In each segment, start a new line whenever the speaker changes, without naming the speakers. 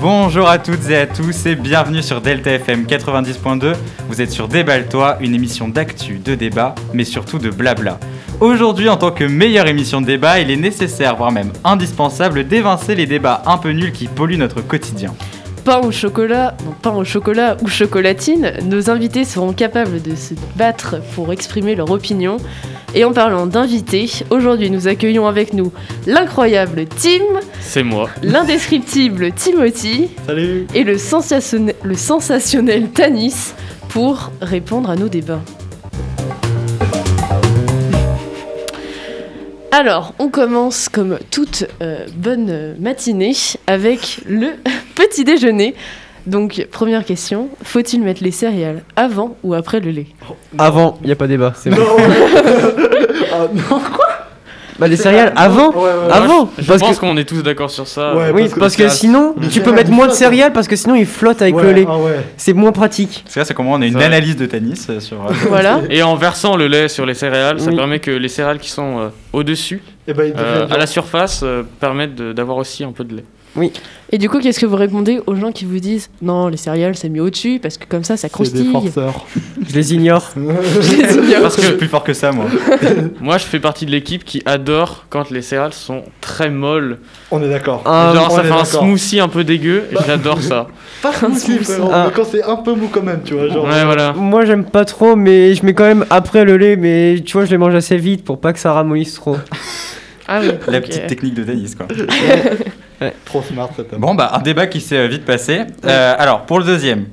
Bonjour à toutes et à tous et bienvenue sur Delta FM 90.2. Vous êtes sur Déballe-toi, une émission d'actu, de débat, mais surtout de blabla. Aujourd'hui, en tant que meilleure émission de débat, il est nécessaire, voire même indispensable, d'évincer les débats un peu nuls qui polluent notre quotidien.
Pain au chocolat, non, pain au chocolat ou chocolatine, nos invités seront capables de se battre pour exprimer leur opinion. Et en parlant d'invités, aujourd'hui nous accueillons avec nous l'incroyable Tim,
C'est moi.
l'indescriptible Timothy
Salut.
et le sensationnel, le sensationnel Tanis pour répondre à nos débats. Alors, on commence comme toute euh, bonne matinée avec le petit déjeuner. Donc, première question, faut-il mettre les céréales avant ou après le lait
Avant, il n'y a pas débat. C'est
Non
bon.
Ah, non.
Bah, les céréales avant
Ouais, ouais, ouais.
Avant
Je
Parce
pense
que,
qu'on est tous d'accord sur ça.
Ouais,
oui,
parce que-
parce que sinon,
Les
tu peux
céréales,
mettre
ils
moins de
flottent.
céréales parce que sinon ils flottent avec le
Ouais,
lait.
ah ouais.
C'est moins pratique.
C'est là, c'est comment on a une
Ça-
analyse de Tanis euh, sur. euh,
Voilà.
Et en versant le lait sur les céréales, ça
Oui.
permet que les céréales qui sont euh, au-dessus,
Eh ben, il
euh,
devient
à la surface, euh, permettent de- d'avoir aussi un peu de lait.
Et du coup, qu'est-ce que vous répondez aux gens qui vous disent non, les céréales c'est mieux au-dessus parce que comme ça, ça
C'est des
croustille
forceurs.
Je les ignore.
Parce
Je suis
que
plus fort que ça, moi.
moi, je fais partie de l'équipe qui adore quand les céréales sont très molles.
On est d'accord.
Ah,
Genre,
on
ça
est
fait un
d'accord.
smoothie un peu dégueu.
Bah.
J'adore ça.
Pas smoothie, frérot,
Ah.
mais quand c'est un peu mou quand même, tu vois. Genre, euh,
Ouais, voilà.
Moi j'aime pas trop, mais je mets quand même après le lait. Mais tu vois, je les mange assez vite pour pas que ça ramollisse trop.
Ah oui.
La
ok.
petite technique de Tanis, quoi.
trop smart cette homme.
Bon, bah, un débat qui s'est euh, vite passé. Euh, alors, pour le deuxième,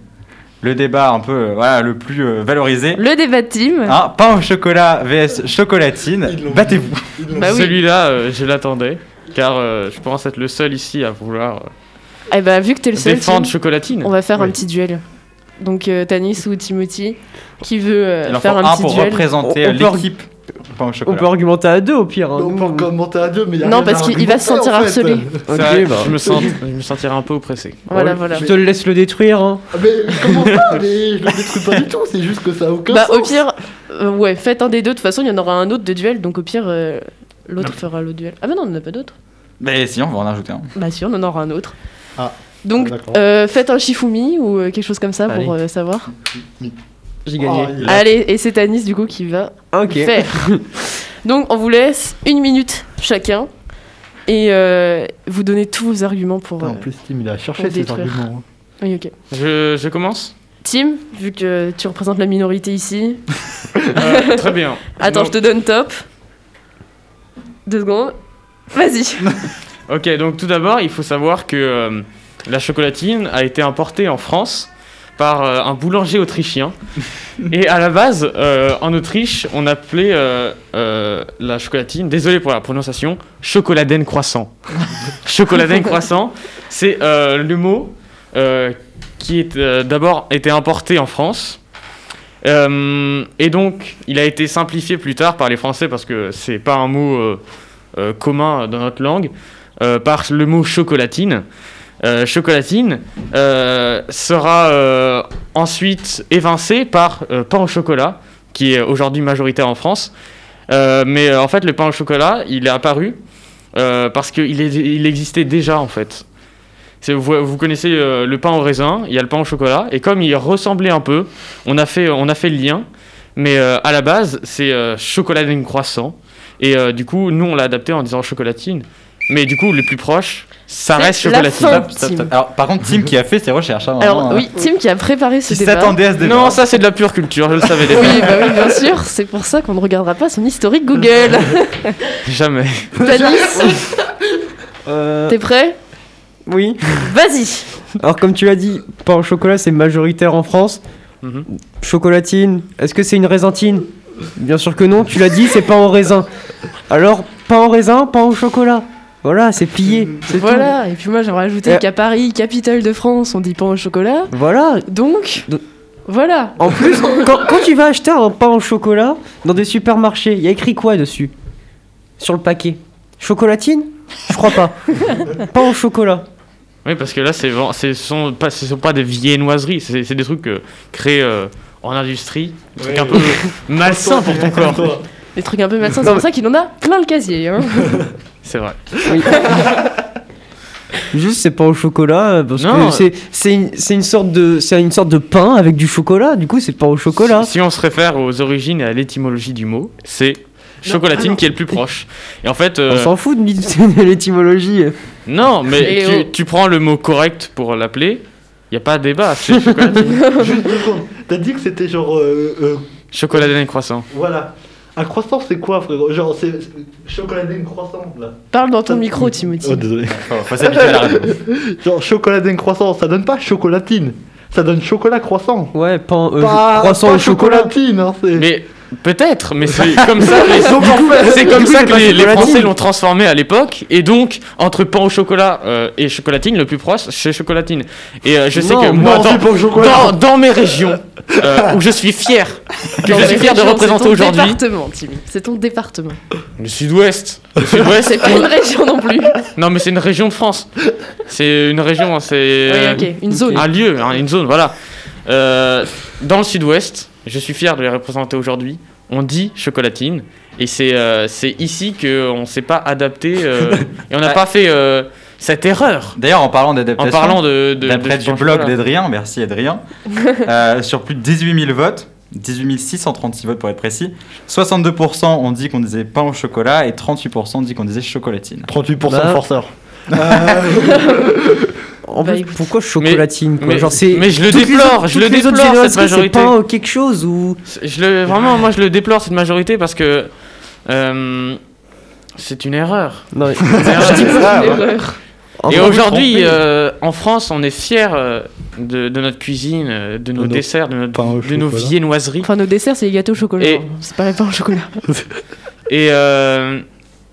le débat un peu euh, voilà, le plus euh, valorisé.
Le débat de team.
Hein, pain au chocolat vs
Ils
chocolatine,
l'ont
battez-vous.
Ils l'ont-
Bah oui.
Celui-là, euh, je l'attendais. Car euh, je pense être le seul ici à vouloir euh,
Eh bah, vu que t'es le seul,
défendre
Tim,
chocolatine.
on va faire un
Oui.
petit duel. Donc, euh, Tanis ou Timothy, qui veut euh,
Il en faut
faire
un
un petit
pour
duel
représenter
On-
euh,
on peut en-
l'équipe. Pain au
On
chocolat.
peut argumenter à deux au pire. hein.
On peut commenter à deux, mais il y a
Non,
rien
parce
à
qu'il va se
argumenter, en
sentir
fait.
harcelé.
Ok,
Ça,
bah.
je, me sens, je me sentirai un peu oppressé.
Voilà,
Ouais,
voilà.
Je te le laisse le détruire. hein.
Ah, Mais comment ça Mais je le détruis pas du tout, c'est juste que ça a aucun
Bah,
sens. Ah,
au pire, euh, ouais, faites un des deux. De toute façon, il y en aura un autre de duel. Donc, au pire, euh, l'autre fera l'autre duel. Ah, bah non, on n'en a pas d'autre.
Mais si, on va en ajouter un.
Bah, si, on en aura un autre.
Ah,
Donc,
d'accord.
euh, faites un Shifumi ou euh, quelque chose comme ça pour
Allez.
euh, savoir.
J'ai
Oh,
gagné.
il a-
Allez, et c'est Tanis, du coup, qui va
ok.
faire. Donc on vous laisse une minute chacun et euh, vous donnez tous vos arguments pour.
Putain,
euh,
En plus, Tim, il a cherché
Pour
ses
détruire.
arguments. hein.
Oui, ok.
Je, je commence
Tim, vu que tu représentes la minorité ici,
Euh, Très bien.
attends,
Donc-
je te donne top. Deux secondes. Vas-y.
Ok, donc tout d'abord, il faut savoir que euh, la chocolatine a été importée en France par euh, un boulanger autrichien. Et à la base, euh, en Autriche, on appelait euh, euh, la chocolatine, désolé pour la prononciation, chocoladen croissant. chocoladen croissant, c'est euh, le mot euh, qui est euh, d'abord été importé en France. Euh, et donc, il a été simplifié plus tard par les Français parce que c'est pas un mot euh, euh, commun dans notre langue euh, par le mot chocolatine. Euh, chocolatine euh, sera euh, ensuite évincé par euh, pain au chocolat, qui est aujourd'hui majoritaire en France. Euh, mais euh, en fait, le pain au chocolat, il est apparu euh, parce qu'il est- il existait déjà en fait. C'est- Vous, vous connaissez euh, le pain au raisin, il y a le pain au chocolat, et comme il ressemblait un peu, on a fait, on a fait le lien. Mais euh, à la base, c'est euh, chocolatine croissant, et euh, du coup, nous on l'a adapté en disant chocolatine. Mais du coup, le plus proche, ça
C'est
reste
la
chocolatine.
fin.
Stop, stop,
Tim.
stop. Alors, par contre, Tim qui a fait ses recherches. hein,
Alors
vraiment, hein.
oui, Tim qui a préparé ce
Qui
débat.
s'attendait à ce débat.
Non, ça c'est de la pure culture, je le savais déjà.
Oui, bah oui, bien sûr. C'est pour ça qu'on ne regardera pas son historique Google.
Jamais.
Tanis,
Euh,
t'es prêt
oui.
Vas-y.
Alors comme tu l'as dit, pain au chocolat c'est majoritaire en France.
Mhm.
Chocolatine, est-ce que c'est une raisantine Bien sûr que non, tu l'as dit, c'est pain au raisin. Alors pain au raisin, pain au chocolat. Voilà, c'est plié, c'est tout.
Voilà. Et puis moi, j'aimerais ajouter
Euh.
qu'à Paris, capitale de France, on dit pain au chocolat.
Voilà.
Donc,
De-
voilà.
En plus, quand, quand tu vas acheter un pain au chocolat dans des supermarchés, il y a écrit quoi dessus Sur le paquet Chocolatine Je crois pas. pain au chocolat.
Oui, parce que là, c'est vra- c'est- ce sont pas, ce sont pas des viennoiseries, c'est c'est des trucs euh, créés euh, en industrie, des trucs un peu malsains pour ton corps.
Des trucs un peu malsains, c'est pour ça qu'il en a plein le casier. Hein.
C'est vrai.
Juste, c'est pas au chocolat euh, parce
Non.
que c'est c'est une, c'est une sorte de c'est une sorte de pain avec du chocolat. Du coup, c'est pas au chocolat.
Si, si on se réfère aux origines et à l'étymologie du mot, c'est chocolatine qui est le plus proche. Et en fait, euh,
On s'en fout de l'é- de l'étymologie.
non, mais
Et
tu,
oh.
tu prends le mot correct pour l'appeler, il n'y a pas de débat, c'est chocolatine.
Juste deux secondes. T'as dit que c'était genre. euh, euh,
chocolatine et croissant.
voilà. Un croissant, c'est quoi, frérot Genre, c'est. Chocolatine croissant, là.
Parle
Euh,
dans ton micro, Timothy.
Oh, désolé.
Faut, faut s'habituer à la radio.
Genre, chocolatine croissant, ça donne pas chocolatine. Ça donne chocolat croissant.
Ouais, pain euh,
Pas,
croissant
pas
au chocolat.
chocolatine, hein, c'est.
Mais peut-être, mais c'est comme ça, les-
Donc, en fait,
C'est
du
comme
coup,
ça
c'est
que
pas
les, les
chocolatine.
Français l'ont transformé à l'époque. Et donc, entre pain au chocolat euh, et chocolatine, le plus proche, c'est chocolatine. Et euh, je sais
Non,
que moi,
Non,
dans,
c'est pour le chocolat.
dans, dans mes régions, euh, où je suis fier, que
Dans
je
les
suis fier de
régions,
représenter
C'est ton
aujourd'hui,
département, Timmy. C'est ton département.
le sud-ouest. Le sud-ouest,
C'est pas une région non plus.
non, mais c'est une région de France. C'est une région, hein, c'est euh,
oui, ok, une zone.
un lieu, hein, une zone, voilà. Euh, dans le sud-ouest, je suis fier de les représenter aujourd'hui. On dit chocolatine. Et c'est euh, c'est ici qu'on ne s'est pas adapté euh, et on n'a pas fait euh, cette erreur.
D'ailleurs, en parlant
En
d'adaptation,
parlant de. de
d'après
de-
du blog
voilà.
d'Adrien, merci Adrien, euh, sur plus de 18 000 votes, 18 636 votes pour être précis, 62% ont dit qu'on disait pain au chocolat et 38% dit qu'on disait chocolatine.
38%
Bah.
forceur.
En
Bah,
plus,
écoute.
pourquoi chocolatine quoi
Mais,
Genre c'est
mais je le
toutes les
déplore,
autres-
je le
toutes les autres
déplore cette
générations, c'est
majorité.
pain au quelque chose ou
Je le, vraiment, moi je le déplore cette majorité parce que. euh, c'est une erreur.
non, mais-
C'est une erreur.
C'est
ça,
une
ouais.
erreur.
en
Et
vrai,
aujourd'hui, euh, en France, on est fiers euh, de, de notre cuisine, euh, de nos
nos
desserts, de, notre-
pains au
de nos
chocolat.
viennoiseries.
Enfin, nos desserts, c'est les gâteaux au chocolat.
Et-
hein. C'est pas les pains au chocolat.
Et, euh,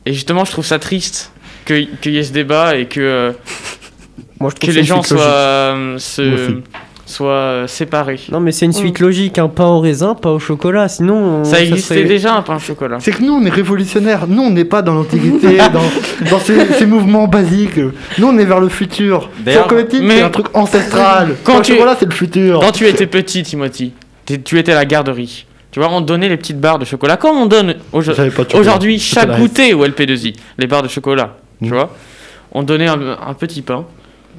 et justement, je trouve ça triste que- qu'il y ait ce débat et que, euh,
moi je
que
trouve
les
c'est
gens
une suite
soient,
logique.
euh,
Moi
se,
aussi.
soient euh, séparés.
Non mais c'est une suite logique, un pain au raisin, pas au chocolat, sinon on-
Mm. ça existait
serait-
déjà un pain au chocolat.
C'est que nous, on est révolutionnaires. Nous, on n'est pas dans l'Antiquité, dans, dans ces, ces mouvements basiques. Nous, on est vers le futur.
D'ailleurs,
Chocolatine,
mais-
c'est un truc ancestral.
Quand
Quand
tu-
tu vois là, c'est le futur.
Quand tu étais petit, Timothy, t'es- tu étais à la garderie. Tu vois, on te donnait les petites barres de chocolat. Quand on donne aujo-
J'avais pas de chocolat.
aujourd'hui chaque
Chocolat.
goûter au LP2I, les barres de chocolat, tu
Hmm.
Mm.
vois, on te donnait un, un petit pain,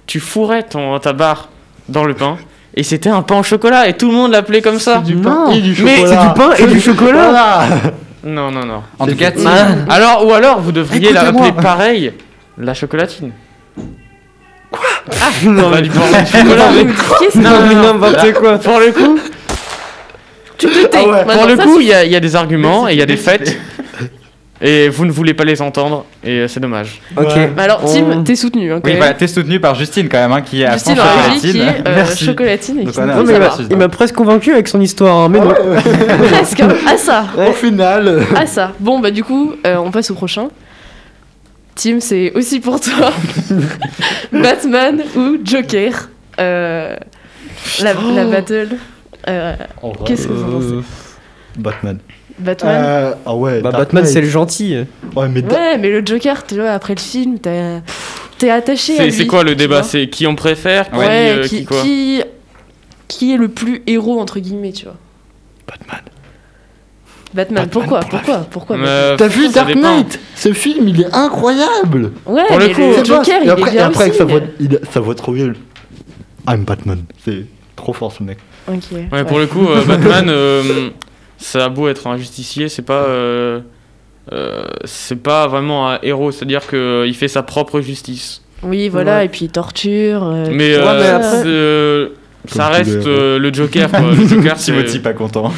tu fourrais ton, ta barre dans le pain, et c'était un pain au chocolat, et tout le monde l'appelait comme ça.
du pain
Non,
et du
mais
chocolat.
c'est du pain et du chocolat.
Voilà.
Non, non, non.
En tout cas, Tim,
Ah,
Alors, ou alors, vous devriez
Écoutez-moi.
l'appeler pareil, la chocolatine. Quoi Ah, non, bah, du pain au chocolat, mais-
Qu'est-ce que-
Non,
mais
non, non.
n'importe quoi.
Pour le coup,
Tu te tais.
Ah ouais.
Maintenant,
pour le
ça,
coup,
c'est-
il y, a- il y a des arguments et il y a des fêtes. Et vous ne voulez pas les entendre, et euh, c'est dommage.
Ok.
Ouais.
Mais alors, Tim,
On-
t'es soutenu. Hein, quand
oui,
même.
bah, t'es soutenu par Justine quand même, hein, qui est à
Justine
fond
en régie
chocolatine.
qui est euh,
Merci.
chocolatine et
Donc,
qui
voilà.
nous
Non, mais
dit
il
ça
m'a-
va.
il m'a presque convaincu avec son histoire, hein, mais non.
Presque. hein. À ça.
Au final,
Ah ça. Bon bah du coup, euh, on passe au prochain. Tim, c'est aussi pour toi. Batman ou Joker. Euh, la, la battle. Euh, Qu'est-ce que vous en pensez
Euh,
Batman.
Batman.
ah ouais.
bah,
Dark
Batman
Knight.
c'est le gentil. hein.
Ouais, mais da-
Ouais, mais le Joker, tu vois, après le film, t'as- t'es attaché à
C'est
lui.
c'est quoi le
tu
débat
vois.
C'est qui on préfère qui,
Ouais,
euh,
qui,
qui quoi
qui- qui est le plus héros entre guillemets, tu vois. Batman. Batman, pourquoi Pourquoi Pourquoi Batman
Euh,
T'as vu
ça
Dark
dépend.
Knight Ce film, il est incroyable.
Ouais,
pour le
mais
coup,
le
C'est pas-
Joker,
et
il
après,
est
et
bien
après avec
aussi.
sa voix, il, sa voix trop vieille. I'm Batman. C'est trop fort ce mec.
Ok.
Ouais, pour le coup, euh, Batman, euh, ça a beau être un justicier, c'est pas, euh, euh, c'est pas vraiment un héros. C'est-à-dire qu'il fait sa propre justice.
Oui, voilà,
Ouais.
et puis il torture. euh,
Mais,
tout
euh,
ça.
c'est, euh, ça
Comme tous les
reste
héros.
euh, le Joker. quoi. Le Joker, c'est-
Timothy pas content.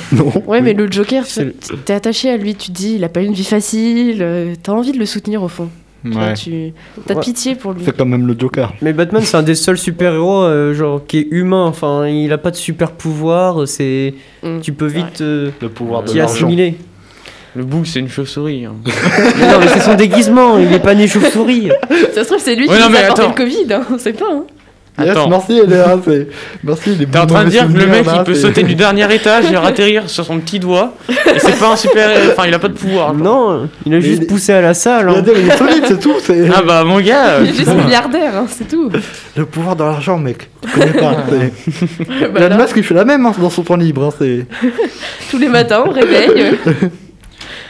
Ouais, mais le Joker, tu
C'est
vois, t- t'es attaché à lui, tu te dis, il a pas une vie facile, euh, t'as envie de le soutenir au fond. Tu vois,
Ouais.
tu- T'as
Ouais.
pitié pour lui.
C'est quand même le Joker.
Mais Batman c'est un des seuls super-héros euh, genre qui est humain, enfin il a pas de super-pouvoir, c'est
Mm.
tu peux
Ouais.
vite euh,
Le pouvoir de
t'y
l'argent.
assimiler.
Le bouc, c'est une chauve-souris. hein.
Mais non, mais c'est son déguisement, il est pas né chauve-souris.
Ça se trouve, c'est lui
Ouais,
qui
non,
nous
mais
a apporté
attends.
le Covid, hein, on sait pas. hein.
Yes,
Attends.
merci, elle est là, c'est- Merci, les
T'es en train de
mauvais
dire que le mec
souvenirs,
il
là,
peut
c'est-
sauter du dernier étage et atterrir sur son petit doigt. Et c'est pas un super. Enfin, il a pas de pouvoir. genre.
Non, il a
Mais
juste
il-
poussé à la salle.
Il
hein.
a dit, il est solide, c'est tout. c'est-
Ah bah mon gars. euh,
Il est juste milliardaire, hein, c'est tout.
Le pouvoir de l'argent, mec. Tu connais pas. c'est-
Voilà.
Bah, Elon Musk, il fait la même hein, dans son temps libre. hein, c'est-
Bah Tous les matins, on réveille.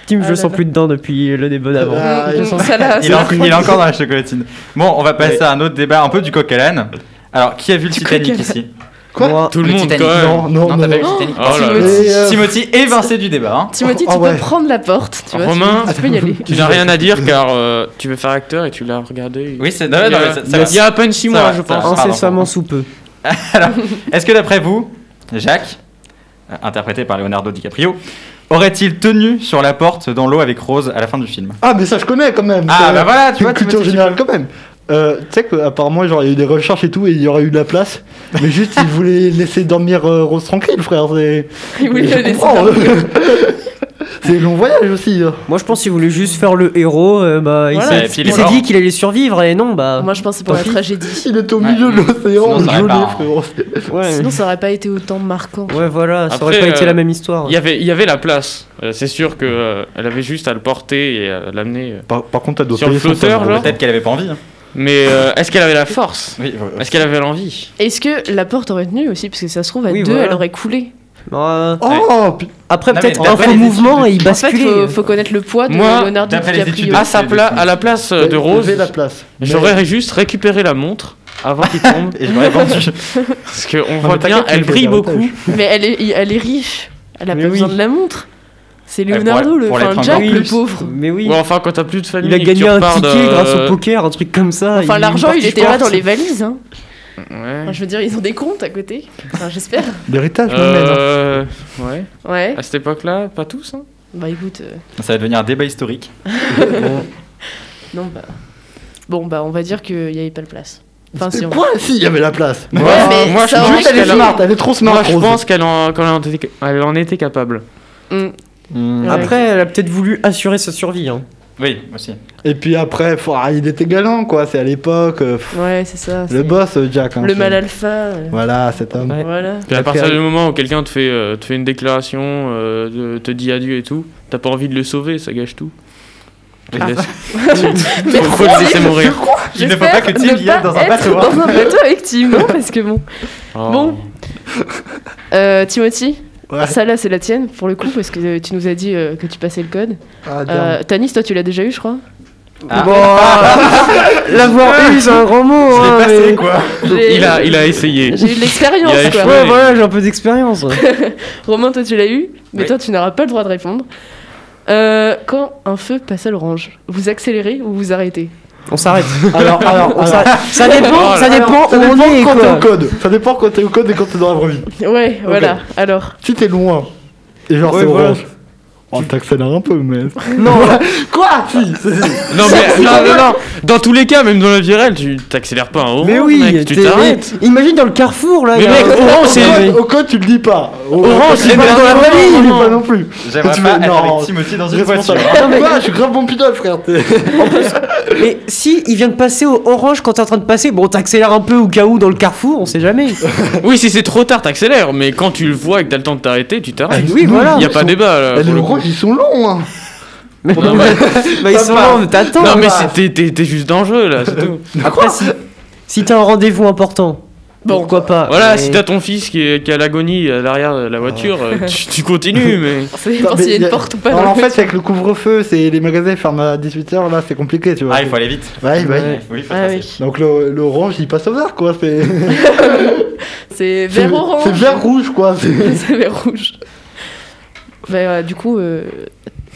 Tim,
Ah
je
là
le sens
là.
plus dedans depuis le débat d'avant.
Ah, il
Mm,
sent-
ça, là,
Il est, en-
ça-
il est encore dans la chocolatine. Bon, on va passer à un autre débat, un peu du coq à l'âne. Alors, qui a vu le
Du
Titanic
coq à
ici
Quoi
Moi,
Tout le,
Le
monde
Titanic.
quand même.
Non, non,
t'as
non.
pas vu le Titanic
Oh là là.
Et, euh,
Timothy évincé du débat. hein.
Timothy,
Ah
tu
ouais.
peux prendre la porte. Tu vois, tu-
Romain.
tu, peux y aller.
Tu n'as rien à dire car euh, tu veux faire acteur et tu l'as regardé.
Oui, c'est.
Il y
non, non, mais
a,
ça-
il
ça
y a-
va.
il y a à peine 6
Ça
mois,
va,
je
ça va.
pense.
incessamment sous peu.
Est-ce que d'après vous, Jacques, euh, interprété par Leonardo DiCaprio, aurait-il tenu sur la porte dans l'eau avec Rose à la fin du film
Ah, mais ça, je connais quand même.
Ah
c'est-
bah voilà, tu
C'est
vois,
une culture
Timothy, tu
générale quand même. Euh, tu sais qu'apparemment, genre, il y a eu des recherches et tout, et il y aurait eu de la place. Mais juste, il voulait laisser dormir euh, Rose tranquille, frère. C'est.
Il voulait
Je
le laisser
comprends. C'est long voyage aussi. hein.
Moi, je pense qu'il voulait juste faire le héros. euh, bah, il
Voilà.
s'est-
Et puis il
il
est
s'est
mort.
dit qu'il allait survivre et non, bah.
Moi, je pense que c'est pour
Tant
la
pis.
tragédie.
Il était au
Ouais.
milieu de l'océan,
Sinon, ça aurait
gelé,
pas-
frérot.
Ouais,
Sinon, ça aurait pas été autant marquant.
ouais, voilà, ça aurait
Après,
pas été
euh,
la même histoire.
Il y avait, il y avait la place. Euh, c'est sûr que euh, elle avait juste à le porter et à l'amener. euh.
Par, par contre, t'as doit
Sur le
payer son
flotteur,
solde.
genre
Peut-être qu'elle avait pas envie. hein.
Mais euh, est-ce qu'elle avait la force
Oui, euh,
Est-ce qu'elle avait l'envie
Est-ce que la porte aurait tenu aussi Parce que ça se trouve, à
Oui,
deux,
voilà.
elle aurait coulé.
Euh,
Oh, putain.
Après,
Non,
peut-être
mais
un
d'après
faux
les
mouvement et euh, il
En fait,
basculait.
faut, faut connaître le poids de
Moi,
Leonardo
d'après les études
DiCaprio.
à, sa
de-
pla- à la place euh, de Rose,
Levez la place.
j'aurais juste récupéré la montre avant qu'il tombe.
Et je l'aurais vendu.
parce qu'on
mais
voit bien,
t'inquiète,
elle
mec,
brille
elle a l'avantage.
beaucoup.
Ah. Mais elle est, elle est riche. Elle a
Mais
pas
oui.
besoin de la montre. C'est
pourrait-
Leonardo, le,
pour l'être
enfin,
encore
Jack,
plus.
le pauvre.
Mais oui.
Ou enfin, quand t'as plus de famille,
Il a
et que
gagné
tu
un
repars
ticket
de-
grâce au poker, un truc comme ça.
Enfin,
Ah, est
l'argent,
parti,
il
je
était là
crois.
dans les valises. Hein.
Ouais.
Enfin, je veux dire, ils ont des comptes à côté. Enfin, j'espère.
L'héritage nous mène. hein.
Euh, ouais.
Ouais.
À cette époque-là, pas tous. Hein.
Bah écoute, euh,
Ça va devenir un débat historique.
non, bah. Bon, bah, on va dire qu'il n'y avait pas de place. Enfin, si on.
Quoi Si, il y avait la place.
Ouais,
Ah,
mais
moi, je
ça aurait
pense
Juste, elle est
qu'elle a-
smart, elle est trop smart.
moi, je
Rose.
pense qu'elle en, qu'elle en était, elle en était capable.
Mm. Ouais.
Après, elle a peut-être voulu assurer sa survie. hein.
Oui, aussi.
Et puis après, faut- ah, il était galant, quoi. C'est à l'époque. euh, pff,
Ouais, c'est ça.
Le
c'est-
boss, euh, Jack. hein,
Le
c'est-
mal alpha. euh,
Voilà, cet homme.
Ouais.
Voilà.
Puis à
Après,
partir
elle-
du moment où quelqu'un te fait, euh, te fait une déclaration, euh, de- te dit adieu et tout, t'as pas envie de le sauver, ça gâche tout. Tu
Ah.
le laisses- faut, faut le laisser mourir.
Il ne faut pas que Tim y aille dans un
bateau.
bateau.
Dans un bateau avec Tim, non Parce que bon. Bon.
Oh.
Euh, Timothy,
Ouais.
ça là, c'est la tienne pour le coup, parce que euh, tu nous as dit euh, que tu passais le code.
Ah, damn.
Euh, Tanis, toi, tu l'as déjà eu, je crois.
Ah.
Bon, euh, l'avoir eu, c'est un grand mot.
Je
hein,
l'ai
Oh,
passé
mais-
quoi
J'ai-
Il a, il a essayé.
J'ai eu de
Il a
l'expérience, quoi.
échoué.
Ouais, voilà, j'ai un peu d'expérience.
Romain, toi tu l'as eu, mais
Oui.
toi tu n'auras pas le droit de répondre. Euh, quand un feu passe à l'orange, vous accélérez ou vous arrêtez
On s'arrête.
Alors, alors,
On
alors.
s'arrête. Ça dépend, ça
Alors,
dépend où
ça
on
dépend
est,
quand t'es
quoi.
au code. Ça dépend quand t'es au code et quand t'es dans la vraie vie.
Ouais, voilà. Alors,
Si t'es loin, et genre
Ouais,
c'est
voilà.
orange. On t'accélère un peu, mais.
Non,
Quoi Si, si, si.
Non, mais non, non, non. Dans tous les cas, même dans la vie réelle, tu t'accélères pas un haut.
mais oui,
mec, tu
t'es-
t'arrêtes.
Imagine dans le carrefour là.
Mais
il y a-
mec, orange,
Au
c'est.
code- Au code, tu le dis pas. Au-
Orange,
au code,
c'est
tu le dis
bien
pas
dans la vraie vie,
Tu le dis
non.
pas non plus.
J'aimerais
Tu
pas
veux-
être
non.
avec Timothy dans une voiture.
Responsable. Quoi, je suis grave bon pilote, frère. t'es-
Mais si il vient de passer au orange quand t'es en train de passer, bon t'accélères un peu au cas où dans le carrefour, on sait jamais.
Oui, si c'est trop tard, t'accélères. Mais quand tu le vois et que t'as le temps de t'arrêter, tu
Ah,
t'arrêtes.
oui, voilà.
Il
Ils
a pas
sont-
débat là.
Eh,
pour
Les
le coup.
oranges, ils sont longs. hein.
Mais
Non, mais-
bah, ils sont là, Ah, mais t'attends.
non, mais
bah.
c'est- t'es- t'es t'es juste dangereux là, c'est tout.
Après, si, si t'as un rendez-vous important,
Bon.
pourquoi pas.
Voilà,
mais-
si t'as ton fils qui est, qui est à l'agonie à l'arrière de la voiture,
Ah.
euh, tu, tu continues, mais.
ça dépend
Non,
s'il y
mais
a une
y a-
porte ou pas.
Alors,
dans
en
le
fait,
métro.
avec le couvre-feu, c'est les magasins ferment à 18h, là, c'est compliqué, tu vois.
Ah, il faut aller vite.
Ouais, ouais.
Oui, faut
Ah
tracer.
oui.
Donc le- l'orange, il passe au vert, quoi. C'est
C'est
c'est-
vert orange.
c'est vert rouge, quoi. c'est-
C'est vert rouge. Bah, euh, du coup, euh,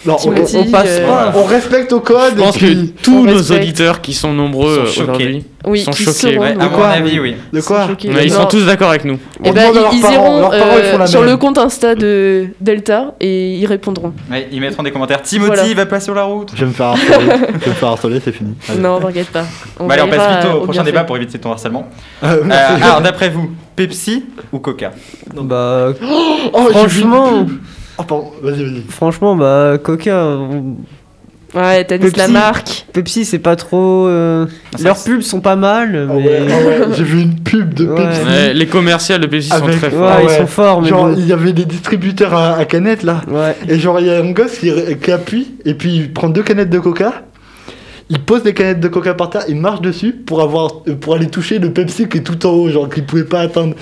Non, on,
Timothy,
on passe
euh,
pas.
on respecte au code.
Je pense
et puis-
que tous nos
respecte.
auditeurs qui sont nombreux
Sont
euh, aujourd'hui,
oui,
Ils sont
qui
choqués,
seront,
ouais.
donc,
À
De
mon
Ah, quoi
avis, oui.
De
sont
quoi
choqués.
mais ils sont
Non.
tous d'accord avec nous.
On
Eh ben,
demande à leurs
ils
parents,
iront euh,
leurs parents, ils font la
sur
même.
le compte Insta de Delta et ils répondront.
Ouais, ils mettront des commentaires. Timothy
Voilà.
va pas sur la route.
Je vais me faire harceler. je vais me faire harceler, c'est fini. Allez.
Non, t'inquiète pas.
bah, allez, on
verra,
passe vite
euh,
au prochain
bienfait.
débat pour éviter ton harcèlement.
Euh,
Euh,
merci.
alors, d'après vous, Pepsi ou Coca
Bah,
Oh, j'ai vu une
franchement,
pub. Oh, pardon, vas-y, vas-y.
franchement, bah, Coca. on-
Ouais, Tanis
Pepsi.
Lamarck.
Pepsi, c'est pas trop. euh,
Ah, ça,
Leurs
c'est-
pubs sont pas mal,
Ah
mais.
ouais, ah ouais, J'ai vu une pub de
Ouais.
Pepsi.
Ouais, les commerciales de Pepsi sont
Avec-
très
Ouais,
forts.
Ah
ils
ouais.
sont forts, mais.
Genre,
bon.
il y avait des distributeurs à, à canettes là.
Ouais.
Et genre, il y a un gosse qui, qui appuie et puis il prend deux canettes de coca. Il pose des canettes de coca par terre, il marche dessus pour, avoir, euh, pour aller toucher le Pepsi qui est tout en haut, genre qu'il pouvait pas atteindre.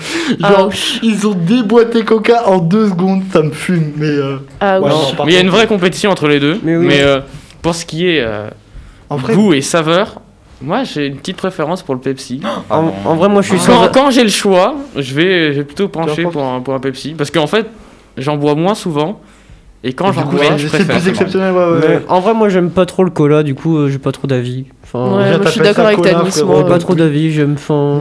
Ah,
Genre, ils ont déboîté coca en deux secondes, ça me fume. Mais euh,
Ah
ouais,
oui.
non, par
Mais il y a une
contre,
vraie compétition entre les deux.
Mais
Mais,
oui.
euh, pour ce qui est euh,
En vrai,
goût et saveur, moi j'ai une petite préférence pour le Pepsi.
Ah,
En, en vrai, moi,
Ah,
je suis
Quand,
sans.
quand j'ai le choix, je vais, je vais plutôt pencher
D'accord.
pour un, pour un Pepsi. Parce qu'en fait, j'en bois moins souvent. Et quand
du
j'en
coup,
bois,
ouais,
je
c'est
préfère.
plus exceptionnel. Ouais, ouais, ouais.
Mais en vrai, moi, j'aime pas trop le cola, du coup, euh, j'ai pas trop d'avis. Enfin,
Ouais, moi,
déjà,
je suis d'accord
t'appelles ça
avec
cola,
Tanis,
frérot.
j'ai
moi.
pas trop d'avis, j'aime. Enfin.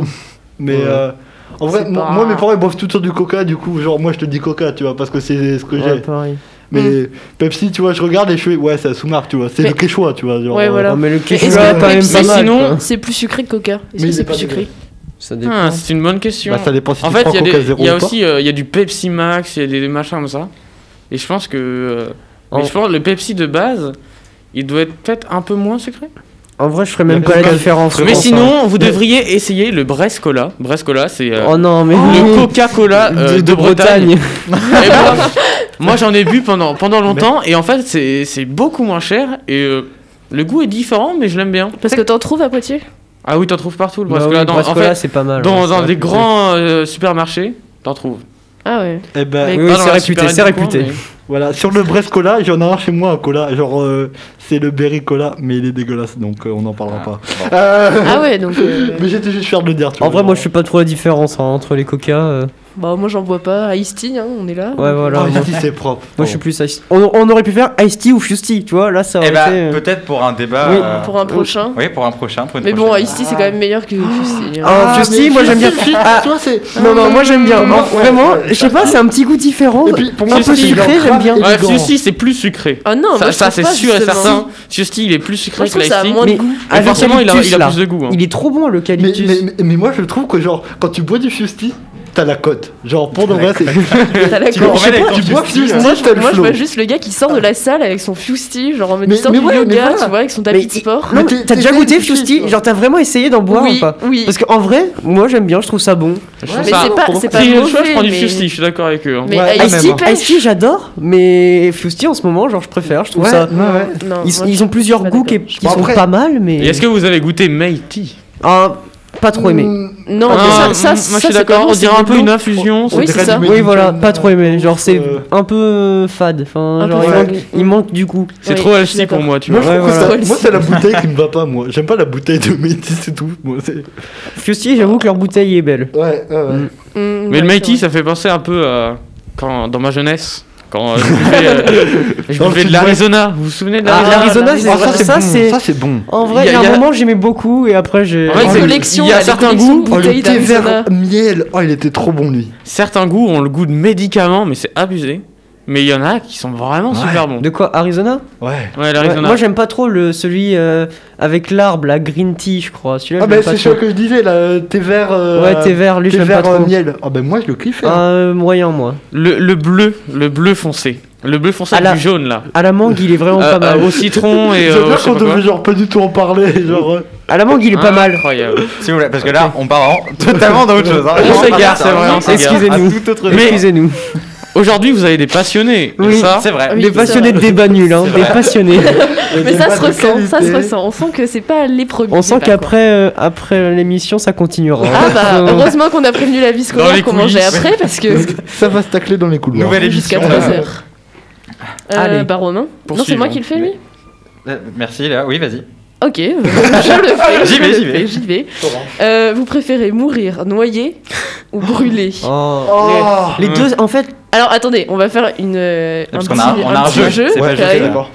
Mais
Ouais.
euh, en vrai,
C'est
mo-
pas-
moi mes parents ils boivent tout le temps du coca, du coup, genre moi je te dis coca, tu vois, parce que c'est ce que
ouais,
j'ai.
pareil.
Mais Pepsi, tu vois, je regarde et je fais, ouais, c'est la sous-marque, tu vois, c'est
Mais-
le quechua, tu vois. Genre,
Ouais,
euh,
voilà.
Non, mais le
est-ce
ketchup,
que
quand même
Pepsi,
pas mal.
sinon-
quoi.
C'est plus sucré que Coca. Est-ce
Mais
que
il est
c'est
pas
plus sucré
Ah,
Ça dépend.
c'est une bonne question.
Bah, ça dépend si
en
tu
fait,
prends
il y a,
coca
des-
zéro
il y a
ou pas.
aussi euh, il y a du Pepsi Max, il y a des, des machins comme ça. Et je pense que. euh, mais
En-
je pense que le Pepsi de base, il doit être peut-être un peu moins sucré.
En vrai, je ferais même pas la
Coca-
différence.
Mais
je pense, hein.
sinon, vous devriez essayer le Brest Cola. Brest Cola, c'est. euh,
Oh non, mais.
le Coca-Cola euh, de, Bretagne. Et moi, eh ben, moi, j'en ai bu pendant, pendant longtemps et en fait c'est c'est beaucoup moins cher et euh, le goût est différent mais je l'aime bien.
Parce que t'en trouves à Poitiers
Ah oui t'en trouves partout le
Bah
Brascola.
oui,
dans, en
Brascola,
fait,
c'est pas mal. ouais,
dans,
c'est
dans des
réputé.
grands euh, supermarchés t'en trouves.
Ah ouais.
Eh ben,
Mais-
Oui,
Pas
oui,
dans
c'est
la
réputé,
supérette
c'est
du coin,
réputé.
mais-
voilà, sur le Brest Cola, j'en ai un chez moi, un cola, genre euh, c'est le Berry Cola, mais il est dégueulasse donc euh, on n'en parlera
Ah,
pas. Euh,
Ah ouais, donc. euh,
mais j'étais juste fier de le dire, tu
En
vois,
vrai, moi, je
genre.
suis pas trop la différence hein, entre les coca. euh.
Bah, moi, j'en bois pas. Ice tea, hein, on est là.
Ouais, voilà.
Oh,
Ah,
moi,
ici, c'est propre.
moi, je suis plus Ice. On, on aurait pu faire Ice Tea ou Fusty, tu vois. Là, ça aurait
Eh bah,
été. euh,
peut-être pour un débat.
Oui.
Ah,
euh,
Pour un prochain.
Oui, pour un prochain. pour une
Mais bon,
prochaine.
Ice tea, c'est quand même meilleur que Fusty. hein.
Ah, Fusty, moi, j'aime bien. Ah,
Tu vois, c'est.
Non, non, moi, j'aime bien.
Ouais,
Non,
ouais,
vraiment,
ouais.
je sais pas, c'est un petit goût différent.
Et puis, pour moi,
un peu
Fusty, il est
sucré,
grave
j'aime bien.
élégant.
Ouais, celui-ci c'est plus sucré.
Ah non,
ça
moi, je
ça,
trouve
c'est
pas,
sûr et
justement.
certain. Ceci il est plus sucré
Moi, je
que
trouve ça a
l'ice
moins Ah, de
Mais
goût.
Et
Avec
forcément il a,
l'eucalyptus,
il a
là.
plus de goût. hein.
Il est trop bon, le
Mais,
calitus.
mais, mais- mais moi je trouve que genre quand tu bois du fusti, t'as la cote. Genre pour de vrai, c'est.
T'as la
Tu
gorge.
comprends
je sais
avec
pas,
ton
tu bois
Fusty,
fusti,
là.
Moi, je,
t'as le
moi, je
flow.
vois juste le gars qui sort de la salle avec son fusti, genre en mode
Mais-
il sort
mais
du
ouais, mais
yoga,
voilà.
tu vois, avec son
Mais
tapis
il-
de sport.
Non,
Mais t'es-
mais t'as déjà
t'es
goûté
Fusty,
Fusty
toi.
Genre, t'as vraiment essayé d'en boire
oui,
ou pas
oui.
Parce qu'en vrai, moi, j'aime bien, je trouve ça bon.
Je
Ouais,
trouve
mais
ça-
c'est pas, c'est pas
Si j'ai le
mauvais,
choix, je prends du
mais-
Fusty, je suis d'accord avec eux. hein.
Mais
Ouais,
Ice
quand
Tea,
même, hein.
pêche.
Ice Tea, j'adore, mais Fusty, en ce moment, genre, je préfère, je trouve
Ouais,
ça.
ouais, ouais.
Non,
Ils,
moi,
ils
je-
ont plusieurs
pas
goûts qui,
d'accord.
qui
Bon,
sont
après-
pas mal, mais.
Et est-ce que vous avez goûté Mei Tea
Ah, pas trop aimé.
Mmh,
Non, mais ça,
Ah,
ça, ça,
moi je suis
c'est
d'accord,
vraiment,
on
c'est
dirait un
du
peu
blanc.
une infusion.
Oui,
c'est
c'est ça.
du
Oui, voilà,
Mediterranean,
pas trop aimé. Genre, c'est
euh,
un peu euh, fade. Enfin,
Un
genre,
peu
il
fade.
manque, il manque du goût.
C'est
Oui,
trop
je suis
healthy pour
d'accord.
moi, tu
Moi,
vois.
je
Ouais,
trouve que
voilà.
ça- moi, c'est la bouteille qui me va pas, moi. J'aime pas la bouteille de Métis, c'est tout. Moi, c'est-
Fusty, j'avoue que leur bouteille est belle.
Ouais, ouais, ouais.
Mm.
Mm,
Mais le
ouais,
Mighty,
c'est
ça fait penser un peu à. Quand, dans ma jeunesse, quand euh, je buvais, euh, je
Dans le
buvais de
sud-ouest.
l'Arizona, vous vous souvenez de l'Arizona
L'Arizona, c'est
Ah, ça, c'est
ça,
bon,
c'est.
ça, c'est bon.
En vrai,
Il y a-
il y a
il y
un
a-
moment, j'aimais beaucoup et après, j'ai.
En vrai,
vrai.
c'est-
Une
il
collection,
y a
là, des
certains
collections
goûts-
de
Oh, le
bouteilles
thé
d'Arizona.
vert miel. Oh, il était trop bon, lui.
Certains goûts ont le goût de médicaments, mais c'est abusé. Mais il y en a qui sont vraiment
Ouais.
super bons.
De quoi Arizona
Ouais.
Ouais,
Ouais,
l'Arizona.
Moi, j'aime pas trop le, celui euh, avec l'arbre, la green tea, je crois. Celui-là,
Ah,
je
bah,
l'aime pas
c'est
trop.
ce que je disais, là. euh, Thé vert. euh,
Ouais, thé vert, lui,
thé
je l'aime pas
vert, euh,
trop.
miel. Ah, bah, moi, je le kiffais. hein.
Euh, moyen, moi.
le, le bleu, le bleu foncé. Le bleu foncé
Ah,
avec
là.
du jaune, là.
À la mangue, il est vraiment
Euh,
pas mal.
euh, au citron et.
J'aime
euh, au
bien
je sais
qu'on
pas quoi.
devait, genre, pas du tout en parler. Genre. euh,
À la mangue, il est pas mal.
Incroyable.
Si vous voulez, parce que là, on part en totalement dans autre chose. hein.
On s'égare,
part
c'est vrai, on
à
s'égare.
Excusez-nous.
tout autre
Mais-
chose.
Excusez-nous.
Aujourd'hui, vous avez des passionnés. et
Ah Oui.
ça,
C'est vrai.
Oui,
des
c'est
passionnés de débat nul, hein.
C'est
Des
vrai.
passionnés.
Mais
des
ça
bases
se
de
ressent, ça se
qualité.
ressent. On sent que c'est pas les premiers.
On sent
débats, quoi.
qu'après euh, après l'émission, ça continuera.
Ah bah,
Euh,
heureusement qu'on a prévenu la vie
Dans les
scolaire qu'on mangeait
coulisses.
après parce que.
Ça va se tacler dans les couloirs.
Nouvelle
Jusqu'à
émission.
3h. Euh,
Allez.
bah, Romain. Non, c'est
Poursuivons.
moi qui le fais, lui
Euh, Merci, là. Oui, vas-y.
Ok, je le fais.
J'y
je
vais,
le
j'y vais.
fais, J'y vais. Euh, vous préférez mourir noyé ou brûlé
oh.
Oh
Les
Ouais.
deux, en fait,
Alors attendez, on va faire une, euh, un
Parce
petit,
qu'on a- on a un
petit
jeu, c'est pas juste,
Karine. Euh,
c'est
Il
pas-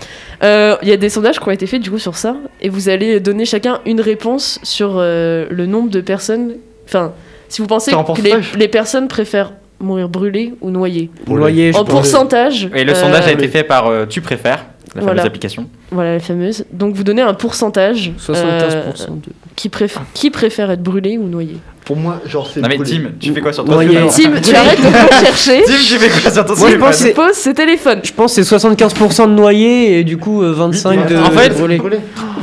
Euh, y a des sondages qui ont été faits du coup sur ça, et vous allez donner chacun une réponse sur euh, le nombre de personnes. Enfin, si vous pensez
C'est en
que les,
pourcentage
les personnes préfèrent mourir brûlées ou noyées.
Brûlées.
noyer, je
En
pense.
pourcentage.
Et le
euh,
sondage a été fait par euh, Tu préfères. la
Voilà.
fameuse application.
Voilà la fameuse. Donc vous donnez un pourcentage.
75% de...
euh, qui, préf- qui préfère être brûlé ou noyé
Pour moi, genre, c'est.
Non mais
brûlé.
Tim, tu fais quoi sur ton
Non, il y a-
téléphone
Tim, tu arrêtes de chercher.
Tim, tu fais quoi sur ton
Moi, je
téléphone
pense que c'est-
Pose ses téléphones.
Je pense que c'est 75% de noyés et du coup euh, 25 de
En fait,
brûlés.
brûlé.